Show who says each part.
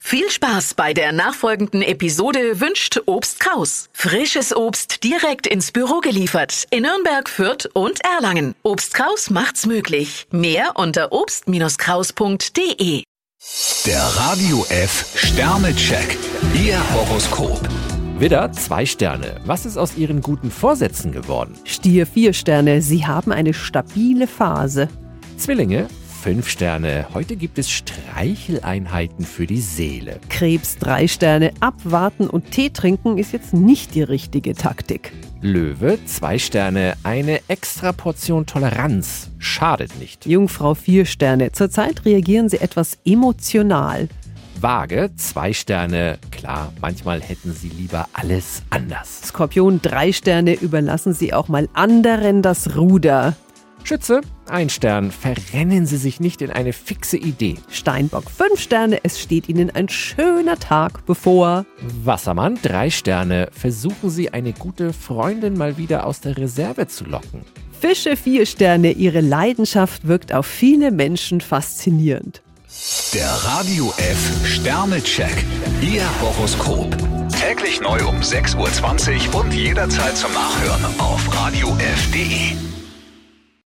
Speaker 1: Viel Spaß bei der nachfolgenden Episode wünscht Obst Kraus. Frisches Obst direkt ins Büro geliefert in Nürnberg, Fürth und Erlangen. Obst Kraus macht's möglich. Mehr unter obst-kraus.de.
Speaker 2: Der Radio F Sternecheck. Ihr Horoskop.
Speaker 3: Widder, zwei Sterne. Was ist aus Ihren guten Vorsätzen geworden?
Speaker 4: Stier vier Sterne, Sie haben eine stabile Phase.
Speaker 3: Zwillinge, fünf Sterne. Heute gibt es Streicheleinheiten für die Seele.
Speaker 4: Krebs drei Sterne, abwarten und Tee trinken ist jetzt nicht die richtige Taktik.
Speaker 3: Löwe, zwei Sterne. Eine extra Portion Toleranz schadet nicht.
Speaker 4: Jungfrau vier Sterne, zurzeit reagieren Sie etwas emotional.
Speaker 3: Waage, zwei Sterne. Klar, manchmal hätten Sie lieber alles anders.
Speaker 4: Skorpion drei Sterne, überlassen Sie auch mal anderen das Ruder.
Speaker 3: Schütze, ein Stern. Verrennen Sie sich nicht in eine fixe Idee.
Speaker 4: Steinbock fünf Sterne, es steht Ihnen ein schöner Tag bevor.
Speaker 3: Wassermann, drei Sterne. Versuchen Sie, eine gute Freundin mal wieder aus der Reserve zu locken.
Speaker 4: Fische vier Sterne, Ihre Leidenschaft wirkt auf viele Menschen faszinierend.
Speaker 2: Der Radio F Sternecheck. Ihr Horoskop. Täglich neu um 6.20 Uhr und jederzeit zum Nachhören auf Radio radiof.de.